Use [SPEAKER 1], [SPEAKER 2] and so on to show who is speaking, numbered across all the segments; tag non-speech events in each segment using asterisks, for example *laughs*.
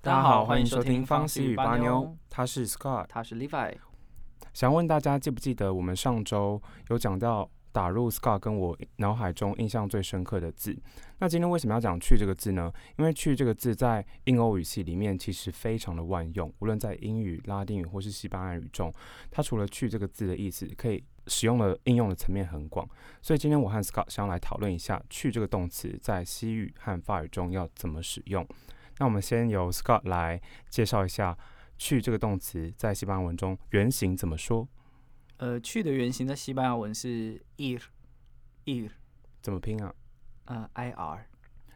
[SPEAKER 1] 大家好，欢迎收听《方西与巴妞》，他是 Scott。
[SPEAKER 2] 他是 Levi。
[SPEAKER 1] 想问大家记不记得我们上周有讲到打入 Scott 跟我脑海中印象最深刻的字？那今天为什么要讲“去”这个字呢？因为“去”这个字在印欧语系里面其实非常的万用，无论在英语、拉丁语或是西班牙语中，它除了“去”这个字的意思，可以使用的应用的层面很广。所以今天我和 Scott 想要来讨论一下“去”这个动词在西语和法语中要怎么使用。那我们先由 Scott 来介绍一下“去”这个动词在西班牙文中原型怎么说，
[SPEAKER 2] 呃，去的原型在西班牙文是 ir，ir，
[SPEAKER 1] 怎么拼啊？
[SPEAKER 2] 呃，i r，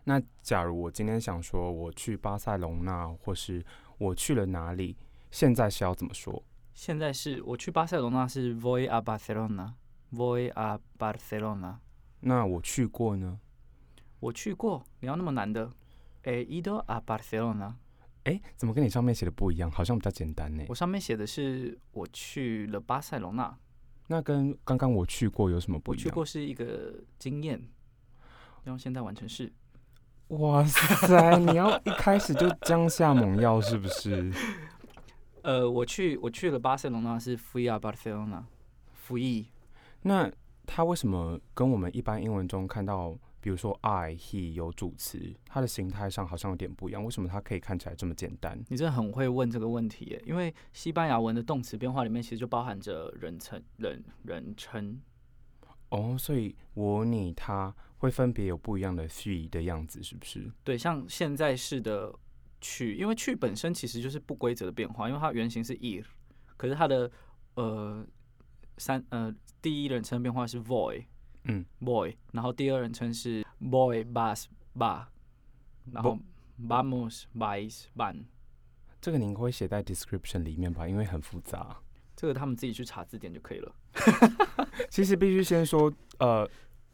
[SPEAKER 1] 那假如我今天想说我去巴塞隆那，或是我去了哪里，现在是要怎么说？
[SPEAKER 2] 现在是我去巴塞罗那是 voy a Barcelona，voy a Barcelona。
[SPEAKER 1] 那我去过呢？
[SPEAKER 2] 我去过，你要那么难的？诶，ido a Barcelona。
[SPEAKER 1] 诶，怎么跟你上面写的不一样？好像比较简单呢
[SPEAKER 2] 我。上面写的是我去了巴塞罗那，
[SPEAKER 1] 那跟刚刚我去过有什么不
[SPEAKER 2] 我
[SPEAKER 1] 一
[SPEAKER 2] 去
[SPEAKER 1] 样？
[SPEAKER 2] 过是一个经验，用现在完成式。
[SPEAKER 1] 哇塞，你要一开始就江下猛药是不是？
[SPEAKER 2] 呃，我去我去了巴塞罗那是 fui a Barcelona。fui
[SPEAKER 1] 那它为什么跟我们一般英文中看到，比如说 I、he 有主词，它的形态上好像有点不一样？为什么它可以看起来这么简单？
[SPEAKER 2] 你真的很会问这个问题耶，因为西班牙文的动词变化里面其实就包含着人称、人、人称。
[SPEAKER 1] 哦，所以我、你、他会分别有不一样的 she 的样子，是不是？
[SPEAKER 2] 对，像现在式的去，因为去本身其实就是不规则的变化，因为它原型是 ir，可是它的呃三呃第一人称变化是 voy
[SPEAKER 1] 嗯
[SPEAKER 2] boy，然后第二人称是 boy bus bar，然后 vamos vais van，
[SPEAKER 1] 这个您会写在 description 里面吧，因为很复杂。
[SPEAKER 2] 这个他们自己去查字典就可以了。 *laughs*
[SPEAKER 1] 其实必须先说，呃，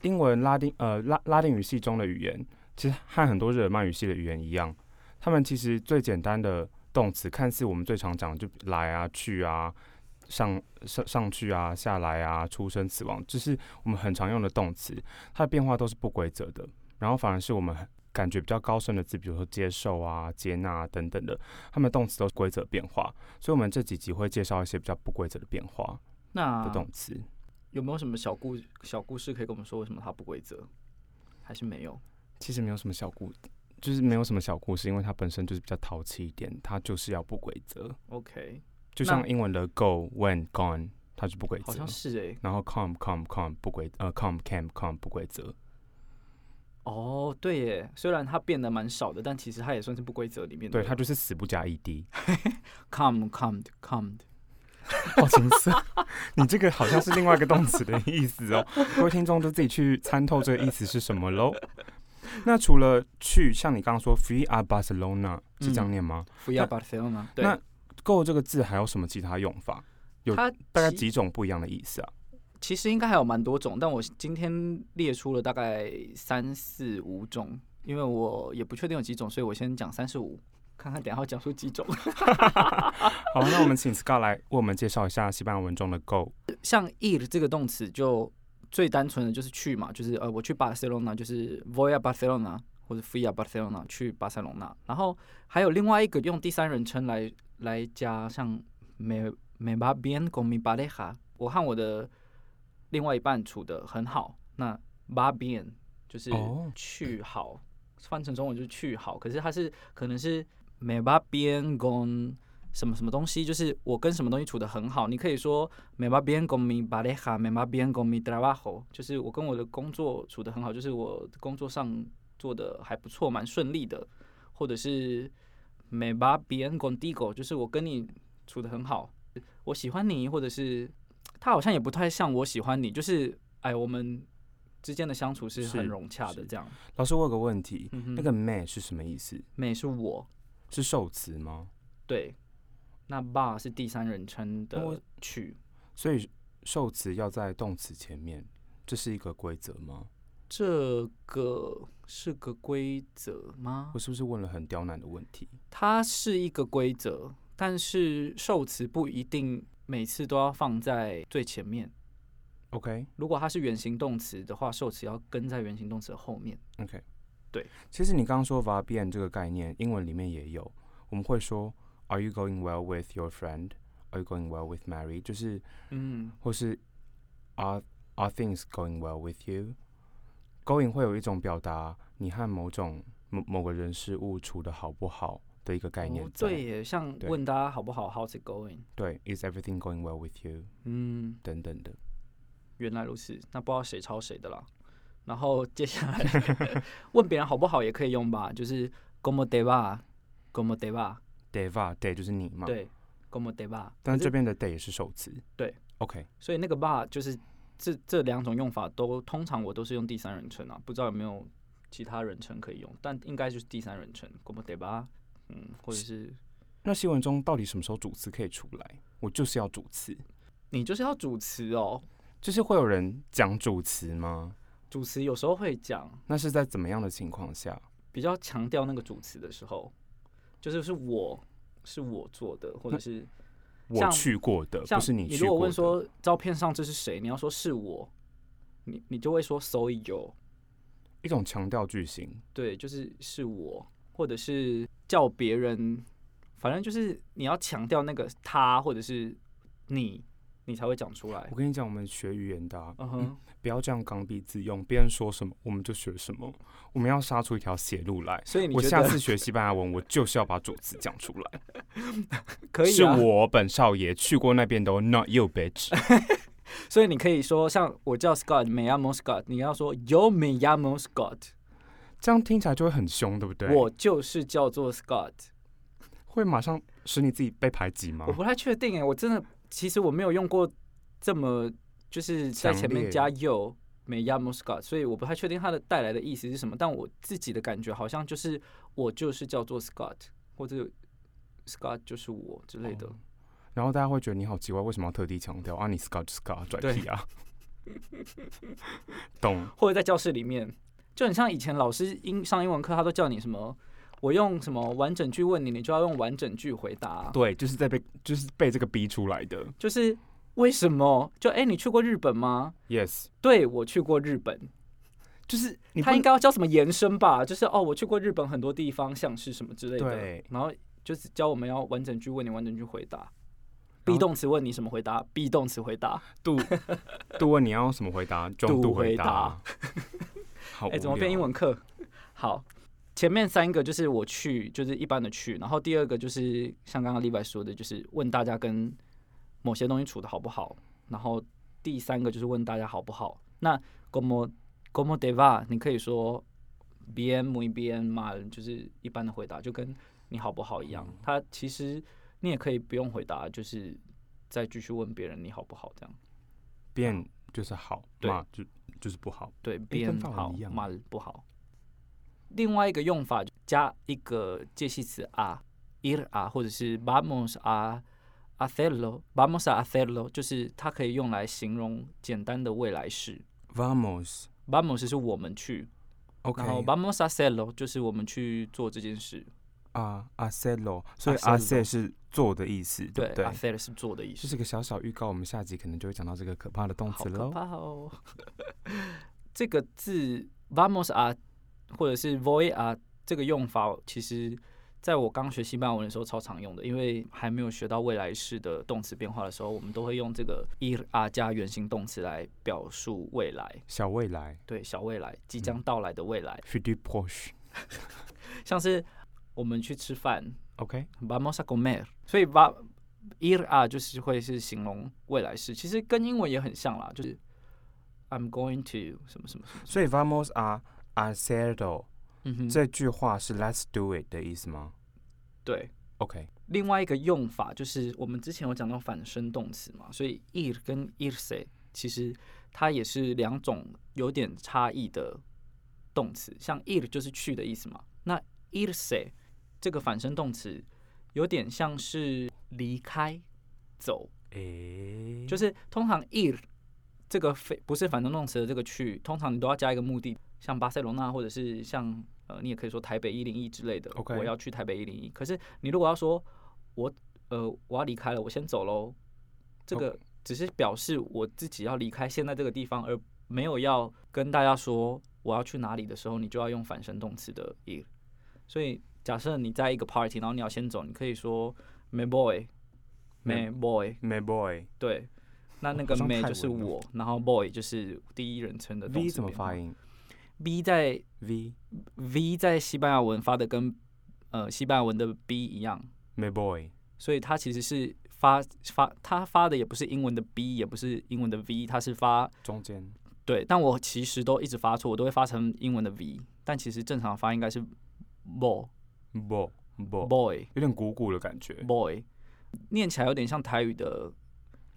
[SPEAKER 1] 英文、拉丁、呃拉拉丁语系中的语言，其实和很多日耳曼语系的语言一样，他们其实最简单的动词，看似我们最常讲就来啊、去啊、上上上去啊、下来啊、出生、死亡，这是我们很常用的动词，它的变化都是不规则的，然后反而是我们。感觉比较高深的字，比如说接受啊、接纳、啊、等等的，他们动词都是规则变化，所以我们这几集会介绍一些比较不规则的变化的
[SPEAKER 2] 那
[SPEAKER 1] 动词。
[SPEAKER 2] 有没有什么小故小故事可以跟我们说，为什么它不规则？还是没有？
[SPEAKER 1] 其实没有什么小故，就是没有什么小故事，因为它本身就是比较淘气一点，它就是要不规则。
[SPEAKER 2] OK，
[SPEAKER 1] 就像英文的 go、when、gone，它是不规
[SPEAKER 2] 好
[SPEAKER 1] 则
[SPEAKER 2] 像。是欸诶、
[SPEAKER 1] 然后 come、come、come 不规呃 come、came、come 不规则。
[SPEAKER 2] 哦，对耶，虽然它变得蛮少的，但其实它也算是不规则里面的。
[SPEAKER 1] 对，它就是死不加 ed，
[SPEAKER 2] come come come 哦
[SPEAKER 1] 好情色。 *laughs* 你这个好像是另外一个动词的意思哦，各位听众就自己去参透这个意思是什么
[SPEAKER 2] *laughs*
[SPEAKER 1] 喽。那除了去，像你刚刚说 free a Barcelona 是
[SPEAKER 2] 嗯
[SPEAKER 1] 这样念吗、
[SPEAKER 2] 不要 Barcelona。对，
[SPEAKER 1] 那 go 这个字还有什么其他用法？有
[SPEAKER 2] 它
[SPEAKER 1] 大概
[SPEAKER 2] 其
[SPEAKER 1] 几种不一样的意思啊？
[SPEAKER 2] 其实应该还有蛮多种，但我今天列出了大概三四五种，因为我也不确定有几种，所以我先讲三十五，看看等一下要讲出几种。
[SPEAKER 1] 好，那我们请 Scott 来为我们介绍一下西班牙文中的 go。
[SPEAKER 2] 像 ir 这个动词，就最单纯的就是去嘛，就是呃，我去巴塞罗那，就是 voy a Barcelona 或者 fui a Barcelona 去巴塞罗那。然后还有另外一个用第三人称来来加，像 me me va bien con mi pareja，我和我的另外一半处的很好。那 va bien 就是
[SPEAKER 1] 哦
[SPEAKER 2] 去好翻成中文就是去好，可是它是可能是 me va bien con 什么什么东西，就是我跟什么东西处的很好。你可以说 me va bien con mi pareja，me va bien con mi trabajo，就是我跟我的工作处的很好，就是我工作上做的还不错，蛮顺利的。或者是 me va bien contigo，就是我跟你处的很好，我喜欢你，或者是他好像也不太像我喜欢你，就是哎，我们之间的相处是
[SPEAKER 1] 是
[SPEAKER 2] 很融洽的
[SPEAKER 1] 是
[SPEAKER 2] 这样。
[SPEAKER 1] 老师，我有个问题，
[SPEAKER 2] 嗯哼
[SPEAKER 1] 那个 me 是什么意思？
[SPEAKER 2] 美是我，
[SPEAKER 1] 是受词吗？
[SPEAKER 2] 对，那 bar 是第三人称
[SPEAKER 1] 那我
[SPEAKER 2] 的去，
[SPEAKER 1] 所以受词要在动词前面，这是一个规则吗？
[SPEAKER 2] 这个是个规则吗
[SPEAKER 1] 我？是不是问了很刁难的问题？
[SPEAKER 2] 它是一个规则，但是受词不一定每次都要放在最前面。
[SPEAKER 1] OK
[SPEAKER 2] 如果它是原形动词的话，受词要跟在原形动词的后面。
[SPEAKER 1] OK，
[SPEAKER 2] 对。
[SPEAKER 1] 其实你刚刚说 va bien 这个概念，英文里面也有。我们会说 Are you going well with your friend? Are you going well with Mary？就是
[SPEAKER 2] 嗯，
[SPEAKER 1] 或是 Are Are things going well with you？going 会有一种表达你和某种某某个人事物处的好不好的一个概念
[SPEAKER 2] 哦
[SPEAKER 1] 在、
[SPEAKER 2] 对耶，像
[SPEAKER 1] 对
[SPEAKER 2] 问大家好不好，How's it going？
[SPEAKER 1] 对，Is everything going well with you？
[SPEAKER 2] 嗯，
[SPEAKER 1] 等等的。
[SPEAKER 2] 原来如此，那不知道谁抄谁的啦。然后接下来
[SPEAKER 1] *laughs*
[SPEAKER 2] 问别人好不好也可以用吧，就是 “como te va”，“como te
[SPEAKER 1] 啊
[SPEAKER 2] va”，
[SPEAKER 1] Deva day 就是你嘛，。
[SPEAKER 2] 对，“como te va”。
[SPEAKER 1] 但
[SPEAKER 2] 可是
[SPEAKER 1] 这边的 day 也是首词，
[SPEAKER 2] 对。
[SPEAKER 1] OK，
[SPEAKER 2] 所以那个 “va” 就是这这两种用法都通常我都是用第三人称啊，不知道有没有其他人称可以用，但应该就是第三人称 “como te va”，嗯，或者是
[SPEAKER 1] 那新闻中到底什么时候主词可以出来？我就是要主词，
[SPEAKER 2] 你就是要主词哦，
[SPEAKER 1] 就是会有人讲主词吗？
[SPEAKER 2] 主词有时候会讲，
[SPEAKER 1] 那是在怎么样的情况下？
[SPEAKER 2] 比较强调那个主词的时候，就是是我是我做的，或者是
[SPEAKER 1] 我
[SPEAKER 2] 像
[SPEAKER 1] 去过的，
[SPEAKER 2] 像
[SPEAKER 1] 呃不是你去
[SPEAKER 2] 如果
[SPEAKER 1] 过
[SPEAKER 2] 问
[SPEAKER 1] 的。
[SPEAKER 2] 说照片上这是谁，你要说是我，你你就会说 so yo，
[SPEAKER 1] 一种强调句型，
[SPEAKER 2] 对，就是是我，或者是叫别人，反正就是你要强调那个他或者是你，你才会讲出来
[SPEAKER 1] 我。跟你讲，我们学语言的啊、
[SPEAKER 2] 嗯哼，
[SPEAKER 1] 不要这样刚愎自用，别人说什么我们就学什么，我们要杀出一条血路来。
[SPEAKER 2] 所以你
[SPEAKER 1] 我
[SPEAKER 2] 觉
[SPEAKER 1] 下
[SPEAKER 2] 得
[SPEAKER 1] 次学西班牙文，我就是要把主词讲出来。
[SPEAKER 2] *laughs* 可以
[SPEAKER 1] 是
[SPEAKER 2] 啊？
[SPEAKER 1] 我本少爷去过那边的哦，not you bitch。 *laughs*
[SPEAKER 2] 所以你可以说像我叫 Scott，me llamo Scott，你要说 yo me llamo Scott，
[SPEAKER 1] 这样听起来就会很凶，对不对？
[SPEAKER 2] 我就是叫做 Scott。
[SPEAKER 1] 会马上使你自己被排挤吗
[SPEAKER 2] 我？不太确定哎，我真的其实我没有用过这么就是在前面加 yo 没 y a m o s c o t 所以我不太确定它的带来的意思是什么。但我自己的感觉好像就是我就是叫做 Scott 或者 Scott 就是我之类的。
[SPEAKER 1] 哦然后大家会觉得你好奇怪，为什么要特地强调啊？你 Scott 就 Scott 拽屁啊！ *laughs* 懂？
[SPEAKER 2] 或者在教室里面，就很像以前老师英上英文课，他都叫你什么，我用什么完整句问你，你就要用完整句回答、
[SPEAKER 1] 对，就是在被就是被这个逼出来的。
[SPEAKER 2] 就是为什么？就哎、你去过日本吗？
[SPEAKER 1] Yes，
[SPEAKER 2] 对我去过日本。
[SPEAKER 1] 就是你不
[SPEAKER 2] 他应该要教什么延伸吧？就是哦，我去过日本很多地方，像是什么之类的
[SPEAKER 1] 对。
[SPEAKER 2] 然后就是教我们要完整句问你，完整句回答。be 动词问你什么回答？be 动词回答。
[SPEAKER 1] *laughs* 度度问你要什么回答，就用
[SPEAKER 2] 度
[SPEAKER 1] 度
[SPEAKER 2] 回
[SPEAKER 1] 回
[SPEAKER 2] 答
[SPEAKER 1] 答。 *laughs* 好
[SPEAKER 2] 哎、
[SPEAKER 1] 无聊，哦
[SPEAKER 2] 怎么变英文课？ *laughs* 好，前面三个就是我去，就是一般的去。然后第二个就是像刚刚 Levi 说的，就是问大家跟某些东西处的好不好。然后第三个就是问大家好不好。那 como como te va？你可以说 bien muy bien mal，就是一般的回答，就跟你好不好一
[SPEAKER 1] 嗯
[SPEAKER 2] 样。它其实你也可以不用回答，就是再继续问别人你好不好这样。
[SPEAKER 1] 变就是好，
[SPEAKER 2] 对
[SPEAKER 1] 嘛就就是不好。
[SPEAKER 2] 对，
[SPEAKER 1] 跟
[SPEAKER 2] 边
[SPEAKER 1] 法文
[SPEAKER 2] 好
[SPEAKER 1] 一样
[SPEAKER 2] mal 不好。另外一个用法加一个介系词啊，ir 啊，或者是 vamos 啊，hacerlo，vamos a hacerlo，就是它可以用来形容简单的未来式。
[SPEAKER 1] Vamos，OK，
[SPEAKER 2] vamos 是我们去然后 vamos a hacerlo 就是我们去做这件事。
[SPEAKER 1] 啊，hacerlo，所以
[SPEAKER 2] Hacerlo
[SPEAKER 1] hacer 是做的意思，对不对？
[SPEAKER 2] ，hacer 是做的意
[SPEAKER 1] 这
[SPEAKER 2] 思。
[SPEAKER 1] 是个小小预告，我们下集可能就会讲到这个可怕的动
[SPEAKER 2] 好
[SPEAKER 1] 词
[SPEAKER 2] 可
[SPEAKER 1] 喽。
[SPEAKER 2] 怕哦！ *laughs* 这个字 vamos a 或者是 voy a 这个用法，其实在我刚学西班牙文的时候超常用的，因为还没有学到未来式的动词变化的时候，我们都会用这个 ir a 加原形动词来表述未来，
[SPEAKER 1] 小未来
[SPEAKER 2] 对，小未来，即将到来的未来，
[SPEAKER 1] ，futur proche，OK，
[SPEAKER 2] 像是我们去吃饭，vamos a comer，所以 va ir a 就是会是形容未来式，其实跟英文也很像啦，就是 I'm going to 什么什么什么，
[SPEAKER 1] 所以 vamos a hacerlo
[SPEAKER 2] 嗯哼，
[SPEAKER 1] 这句话是 let's do it 的意思吗
[SPEAKER 2] 对。
[SPEAKER 1] ？OK，
[SPEAKER 2] 另外一个用法就是我们之前有讲到反身动词嘛，所以 ir 跟 irse 其实它也是两种有点差异的动词，像 ir 就是去的意思嘛，那 irse 这个反身动词有点像是离开、走，
[SPEAKER 1] 诶，
[SPEAKER 2] 就是通常 ir 这个非不是反正动词的这个去，通常你都要加一个目的，像巴塞罗那或者是像呃，你也可以说台北一零一之类的。
[SPEAKER 1] OK
[SPEAKER 2] 我要去台北一零一。可是你如果要说我呃我要离开了，我先走喽，这个
[SPEAKER 1] OK
[SPEAKER 2] 只是表示我自己要离开现在这个地方，而没有要跟大家说我要去哪里的时候，你就要用反身动词的 ir。所以假设你在一个 party，然后你要先走，你可以说 “my boy”，“my boy”，
[SPEAKER 1] My boy
[SPEAKER 2] 对。那那
[SPEAKER 1] 好
[SPEAKER 2] 个
[SPEAKER 1] 像
[SPEAKER 2] “my”
[SPEAKER 1] 泰
[SPEAKER 2] 就是
[SPEAKER 1] 文哦
[SPEAKER 2] 我，然后 “boy” 就是第一人称的动
[SPEAKER 1] V
[SPEAKER 2] 词
[SPEAKER 1] 怎么
[SPEAKER 2] 变化
[SPEAKER 1] 发音
[SPEAKER 2] ？B 在
[SPEAKER 1] ？V
[SPEAKER 2] V 在西班牙文发的跟呃西班牙文的 B 一样，
[SPEAKER 1] my boy
[SPEAKER 2] 所以它其实是发发它发的也不是英文的 B，也不是英文的 V，它是发
[SPEAKER 1] 中间
[SPEAKER 2] 对，但我其实都一直发错，我都会发成英文的 V，但其实正常发应该是 boy
[SPEAKER 1] bo bo，
[SPEAKER 2] boy
[SPEAKER 1] 有点鼓鼓的感觉
[SPEAKER 2] boy，念起来有点像台语的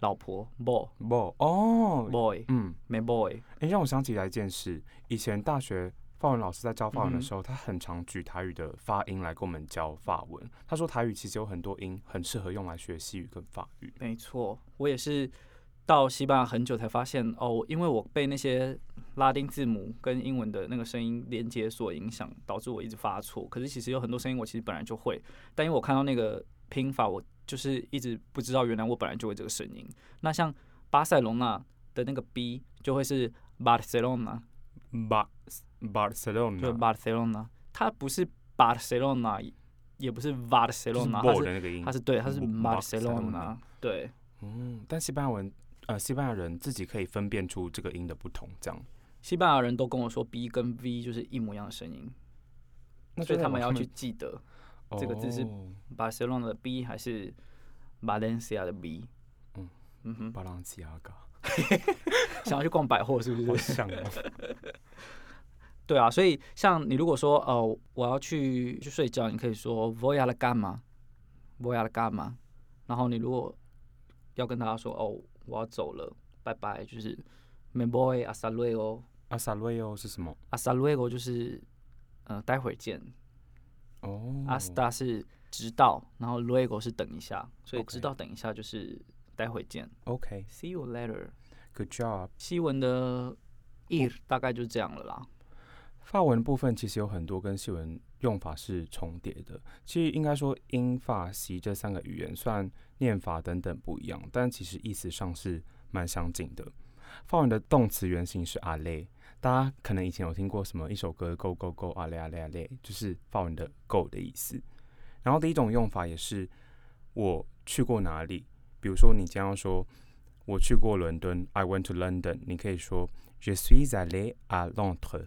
[SPEAKER 2] 老婆 boy
[SPEAKER 1] bo 哦，
[SPEAKER 2] boy
[SPEAKER 1] 嗯，
[SPEAKER 2] 没 boy，
[SPEAKER 1] 诶，让我想起来一件事，以前大学法文老师在教法文的
[SPEAKER 2] 嗯哼
[SPEAKER 1] 时候，他很常举台语的发音来跟我们教法文。他说台语其实有很多音，很适合用来学西语跟法语。
[SPEAKER 2] 没错，我也是到西班牙很久才发现哦，因为我被那些拉丁字母跟英文的那个声音连接所影响，导致我一直发错。可是其实有很多声音我其实本来就会，但因为我看到那个拼法，我就是一直不知道原来我本来就会这个声音。那像巴塞隆纳的那个 B 就会是 Barcelona，
[SPEAKER 1] Bar
[SPEAKER 2] 就
[SPEAKER 1] Barcelona
[SPEAKER 2] Barcelona，它不是 Barcelona，也不是
[SPEAKER 1] 就是
[SPEAKER 2] Barcelona，它
[SPEAKER 1] bo 的
[SPEAKER 2] 是
[SPEAKER 1] 那个音
[SPEAKER 2] 它。是对，它是
[SPEAKER 1] Barcelona
[SPEAKER 2] Barcelona，对。
[SPEAKER 1] 嗯，但西班牙文呃西班牙人自己可以分辨出这个音的不同，这样。
[SPEAKER 2] 西班牙人都跟我说 B 跟 V 就是一模一样的声音，
[SPEAKER 1] 那
[SPEAKER 2] 所以
[SPEAKER 1] 就代
[SPEAKER 2] 他们
[SPEAKER 1] 表
[SPEAKER 2] 要去记得这个字是
[SPEAKER 1] 哦
[SPEAKER 2] Barcelona 的 B 还是 Valencia 的 B。
[SPEAKER 1] 嗯
[SPEAKER 2] 嗯哼，
[SPEAKER 1] 巴朗西亚嘎，
[SPEAKER 2] 想要去逛百货是不
[SPEAKER 1] 好
[SPEAKER 2] 是？
[SPEAKER 1] 像哦
[SPEAKER 2] *laughs* 对啊，所以像你如果说呃我要去去睡觉，你可以说 Voy a la cama，Voy a la cama。然后你如果要跟大家说哦我要走了，拜拜，就是 Me voy hasta luego，hasta
[SPEAKER 1] 阿萨瑞欧是什么？
[SPEAKER 2] luego 就是呃待会儿见，
[SPEAKER 1] 哦
[SPEAKER 2] Asta 是直到，然后 luego 是等一下，所以
[SPEAKER 1] OK
[SPEAKER 2] 直到等一下就是待会见
[SPEAKER 1] OK，Good
[SPEAKER 2] ，see you later。
[SPEAKER 1] Oh, job。
[SPEAKER 2] 西文的 ir 大概就这样了啦。
[SPEAKER 1] 法文部分其实有很多跟西文用法是重叠的，其实应该说英法西这三个语言虽然念法等等不一样，但其实意思上是蛮相近的。法文的动词原型是阿勒，大家可能以前有听过什么一首歌 “go go go” 阿勒阿勒阿勒，就是法文的 “go” 的意思。然后第一种用法也是我去过哪里，比如说你将要说我去过伦敦，I went to London，你可以说 Je suis allé à Londres。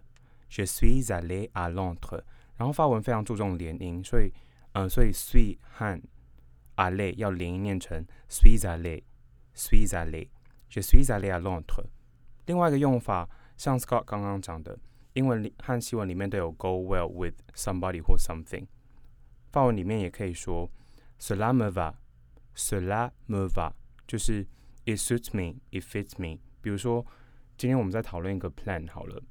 [SPEAKER 1] Je suis allé à Londres。然后法文非常注重连音，所以呃，所以 suis 和 allé 要连音念成 suis allé，suis allé，Je suis allé à Londres。另外一个用法，像 Scott 刚刚讲的，英文里和西文里面都有 go well with somebody 或 something，法文里面也可以说 cela me va，cela me va，就是 it suits me，it fits me。比如说，今天我们在讨论一个 plan 好了。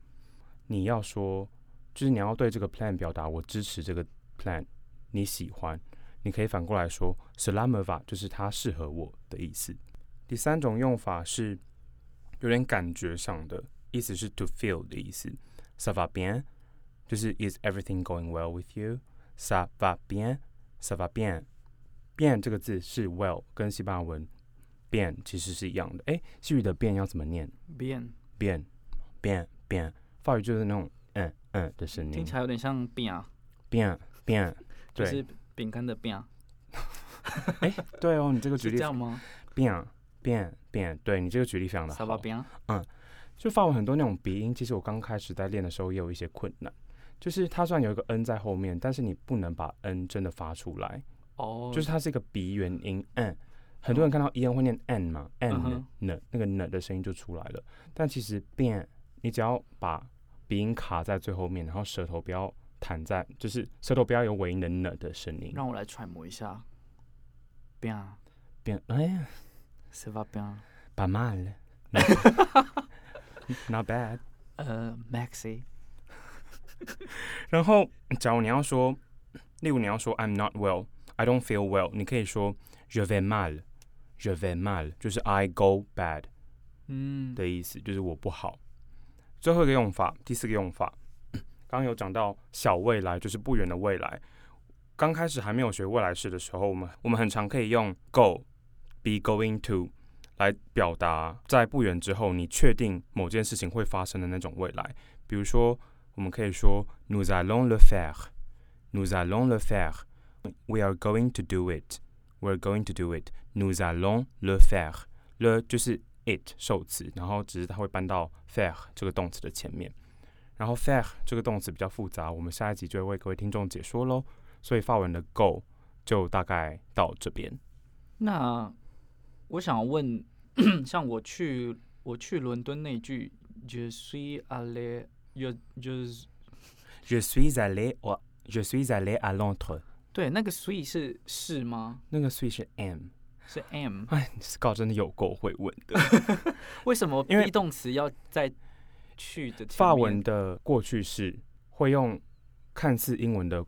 [SPEAKER 1] 你要说，就是你要对这个 plan 表达我支持这个 plan，你喜欢，你可以反过来说 s l a m a v a 就是它适合我的意思。第三种用法是有点感觉上的，意思是 to feel 的意思。Ça va bien，就是 Is everything going well with you？Ça va bien，Ça va bien。bien 这个字是 well，跟西班牙文 bien 其实是一样的。诶，西语的 bien 要怎么念？
[SPEAKER 2] bien
[SPEAKER 1] 变变变，法语就是那种嗯嗯的声音，
[SPEAKER 2] 听起来有点像饼啊，
[SPEAKER 1] 变变，
[SPEAKER 2] 就
[SPEAKER 1] 对
[SPEAKER 2] 是饼干的饼啊，
[SPEAKER 1] 对哦，你这个举
[SPEAKER 2] 是
[SPEAKER 1] 例
[SPEAKER 2] 这样吗？
[SPEAKER 1] 变变变，对你这个举例非常的
[SPEAKER 2] 沙
[SPEAKER 1] 好
[SPEAKER 2] 巴。饼啊，
[SPEAKER 1] 就发文很多那种鼻音，其实我刚开始在练的时候也有一些困难，就是它虽然有一个 n 在后面，但是你不能把 n 真的发出来，
[SPEAKER 2] 哦，
[SPEAKER 1] 就是它是一个鼻元音嗯。很多人看到 e n 会念 n 嘛，n
[SPEAKER 2] 嗯
[SPEAKER 1] 呢
[SPEAKER 2] 哼
[SPEAKER 1] 呢那个呢的声音就出来了，但其实变你只要把鼻音卡在最后面，然后舌头不要弹在，就是舌头不要有尾音的呢的声音，
[SPEAKER 2] 让我来揣摩一下，饼啊
[SPEAKER 1] 变哎呀
[SPEAKER 2] ，se va bien，
[SPEAKER 1] pas mal，not bad。
[SPEAKER 2] 呃，Maxi，
[SPEAKER 1] 然后，假如你要说，例如你要说 I'm not well, I don't feel well，你可以说 Je vais mal, je vais mal，就是 I go bad
[SPEAKER 2] 嗯，
[SPEAKER 1] 的意思，就是我不好。最后一个用法，第四个用法，刚刚有讲到小未来，就是不远的未来。刚开始还没有学未来式的时候，我们我们很常可以用 go、be going to 来表达在不远之后你确定某件事情会发生的那种未来。比如说，我们可以说 nous allons le faire。 Nous allons le faire. We are going to do it. We're going to do it. Nous allons le faire. le 就是 it 受词，然后只是它会搬到 faire 这个动词的前面。然后 faire 这个动词比较复杂，我们下一集就会为各位听众解说喽。所以法文的 go 就大概到这边。
[SPEAKER 2] 那我想问， *clears throat* 像我去我去伦敦那一句 “Je suis allé”，就就是。
[SPEAKER 1] Je suis allé au Je suis allé à Londres。
[SPEAKER 2] 对，那个 “sui” 是是吗？
[SPEAKER 1] 那个 s w e 是 m，
[SPEAKER 2] 是 m？
[SPEAKER 1] 哎，Scott 真的有够会问 *laughs* 的。
[SPEAKER 2] 为什么
[SPEAKER 1] 因为
[SPEAKER 2] be 动词要在去的前面
[SPEAKER 1] 法文的过去式会用看似英文的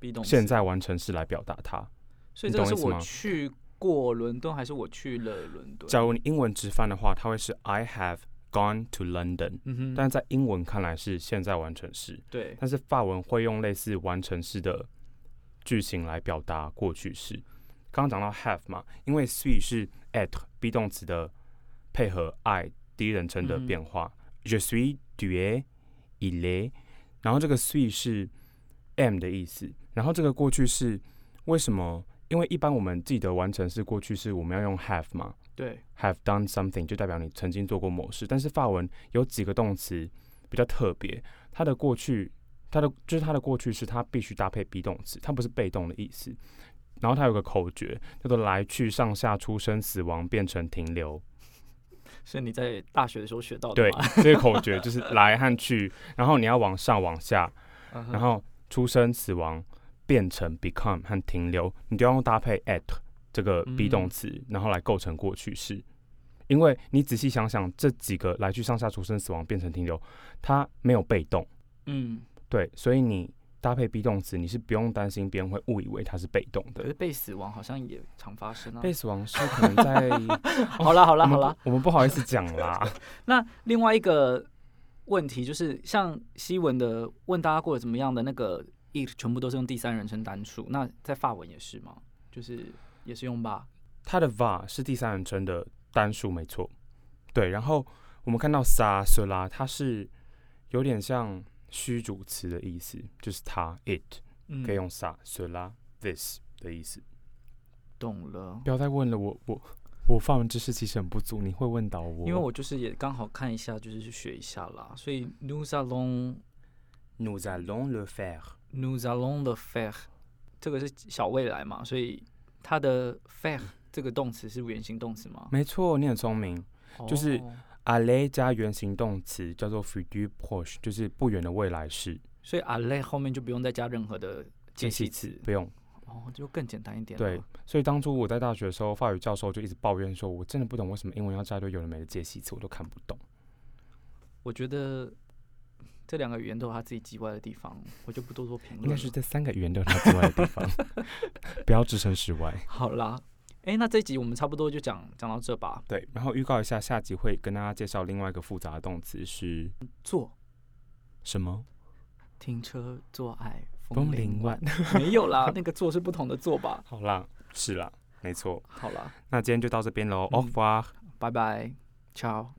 [SPEAKER 2] be 动词？
[SPEAKER 1] 现在完成式来表达它。
[SPEAKER 2] 所以
[SPEAKER 1] 你
[SPEAKER 2] 这个
[SPEAKER 1] 懂
[SPEAKER 2] 是
[SPEAKER 1] 意思
[SPEAKER 2] 我
[SPEAKER 1] 吗
[SPEAKER 2] 去过伦敦，还是我去了伦敦？
[SPEAKER 1] 假如你英文直翻的话，它会是 I have gone to London，、
[SPEAKER 2] 嗯哼，
[SPEAKER 1] 但在英文看来是现在完成式，
[SPEAKER 2] 对，
[SPEAKER 1] 但是法文会用类似完成式的句型来表达过去式。刚刚讲到 have 嘛，因为 suis 是 at be 动词的配合 I 第一人称的
[SPEAKER 2] 嗯哼
[SPEAKER 1] 变化、j e suis tu es il est，然后这个 suis 是 am 的意思，然后这个过去式为什么？因为一般我们记得完成式过去式，我们要用 have 嘛，
[SPEAKER 2] 对，
[SPEAKER 1] have done something 就代表你曾经做过某事，但是法文有几个动词比较特别，它的过去，它的就是它的过去式，它必须搭配 be 动词，它不是被动的意思。然后它有个口诀，叫做“来去上下出生死亡变成停留
[SPEAKER 2] 是你在大学的时候学”。到的
[SPEAKER 1] 对
[SPEAKER 2] 吗？，
[SPEAKER 1] 这个口诀就是来和去，然后你要往上往下，
[SPEAKER 2] 嗯哼
[SPEAKER 1] 然后出生死亡变成 become 和停留，你都要用搭配 at 这个 be
[SPEAKER 2] 嗯
[SPEAKER 1] 动词，然后来构成过去式。因为你仔细想想，这几个来去上下出生死亡变成停留，它没有被动，
[SPEAKER 2] 嗯，
[SPEAKER 1] 对，所以你搭配 be 动词，你是不用担心别人会误以为它是被动
[SPEAKER 2] 可
[SPEAKER 1] 的。
[SPEAKER 2] 是被死亡好像也常发生啊。
[SPEAKER 1] 被死亡是可能
[SPEAKER 2] *laughs*
[SPEAKER 1] 在
[SPEAKER 2] 好啦好啦
[SPEAKER 1] 我们
[SPEAKER 2] 好
[SPEAKER 1] 不
[SPEAKER 2] 啦，，
[SPEAKER 1] 我们不好意思讲啦。
[SPEAKER 2] 那另外一个问题就是，像西文的问大家过得怎么样的那个 it 全部都是用第三人称单数，那在法文也是吗？就是也是用吧？
[SPEAKER 1] 它的 va 是第三人称的单数，没错。对，然后我们看到 sa s la，它是有点像虚主词的意思，就是它 it
[SPEAKER 2] 嗯
[SPEAKER 1] 可以用 sa s la this 的意思。
[SPEAKER 2] 懂了。
[SPEAKER 1] 不要再问了，我我我法文知识其实很不足，你会问到我。
[SPEAKER 2] 因为我就是也刚好看一下，就是去学一下啦，所以 nous allons
[SPEAKER 1] nous allons le faire，
[SPEAKER 2] nous allons le faire，这个是小未来嘛，所以它的 faire 这个动词是原形动词吗？
[SPEAKER 1] 没错，你很聪明。就是
[SPEAKER 2] 哦
[SPEAKER 1] aller 加原形动词叫做 futur proche，就是不远的未来式，
[SPEAKER 2] 所以 allez 后面就不用再加任何的
[SPEAKER 1] 介
[SPEAKER 2] 介
[SPEAKER 1] 系
[SPEAKER 2] 系
[SPEAKER 1] 词
[SPEAKER 2] 词，
[SPEAKER 1] 不用
[SPEAKER 2] 哦，就更简单一点了。
[SPEAKER 1] 对，所以当初我在大学的时候，法语教授就一直抱怨说，我真的不懂为什么英文要加一堆有的没的介系词，我都看不懂。
[SPEAKER 2] 我觉得这两个语言都有它自己叽歪的地方，我就不多做评论了。
[SPEAKER 1] 应该是这三个语言都有它之外的地方， *laughs* 不要置身事外。
[SPEAKER 2] 好啦，哎、那这一集我们差不多就讲讲到这吧。
[SPEAKER 1] 对，然后预告一下，下集会跟大家介绍另外一个复杂的动词是
[SPEAKER 2] 坐、
[SPEAKER 1] 什么？
[SPEAKER 2] 停车、做爱、
[SPEAKER 1] 风
[SPEAKER 2] 铃
[SPEAKER 1] 铃
[SPEAKER 2] 外
[SPEAKER 1] 万。
[SPEAKER 2] 没有啦，那个坐是不同的坐吧。
[SPEAKER 1] 好啦，是啦，没错。
[SPEAKER 2] 好啦，
[SPEAKER 1] 那今天就到这边喽
[SPEAKER 2] 嗯
[SPEAKER 1] ，au revoir。
[SPEAKER 2] 拜拜，ciao。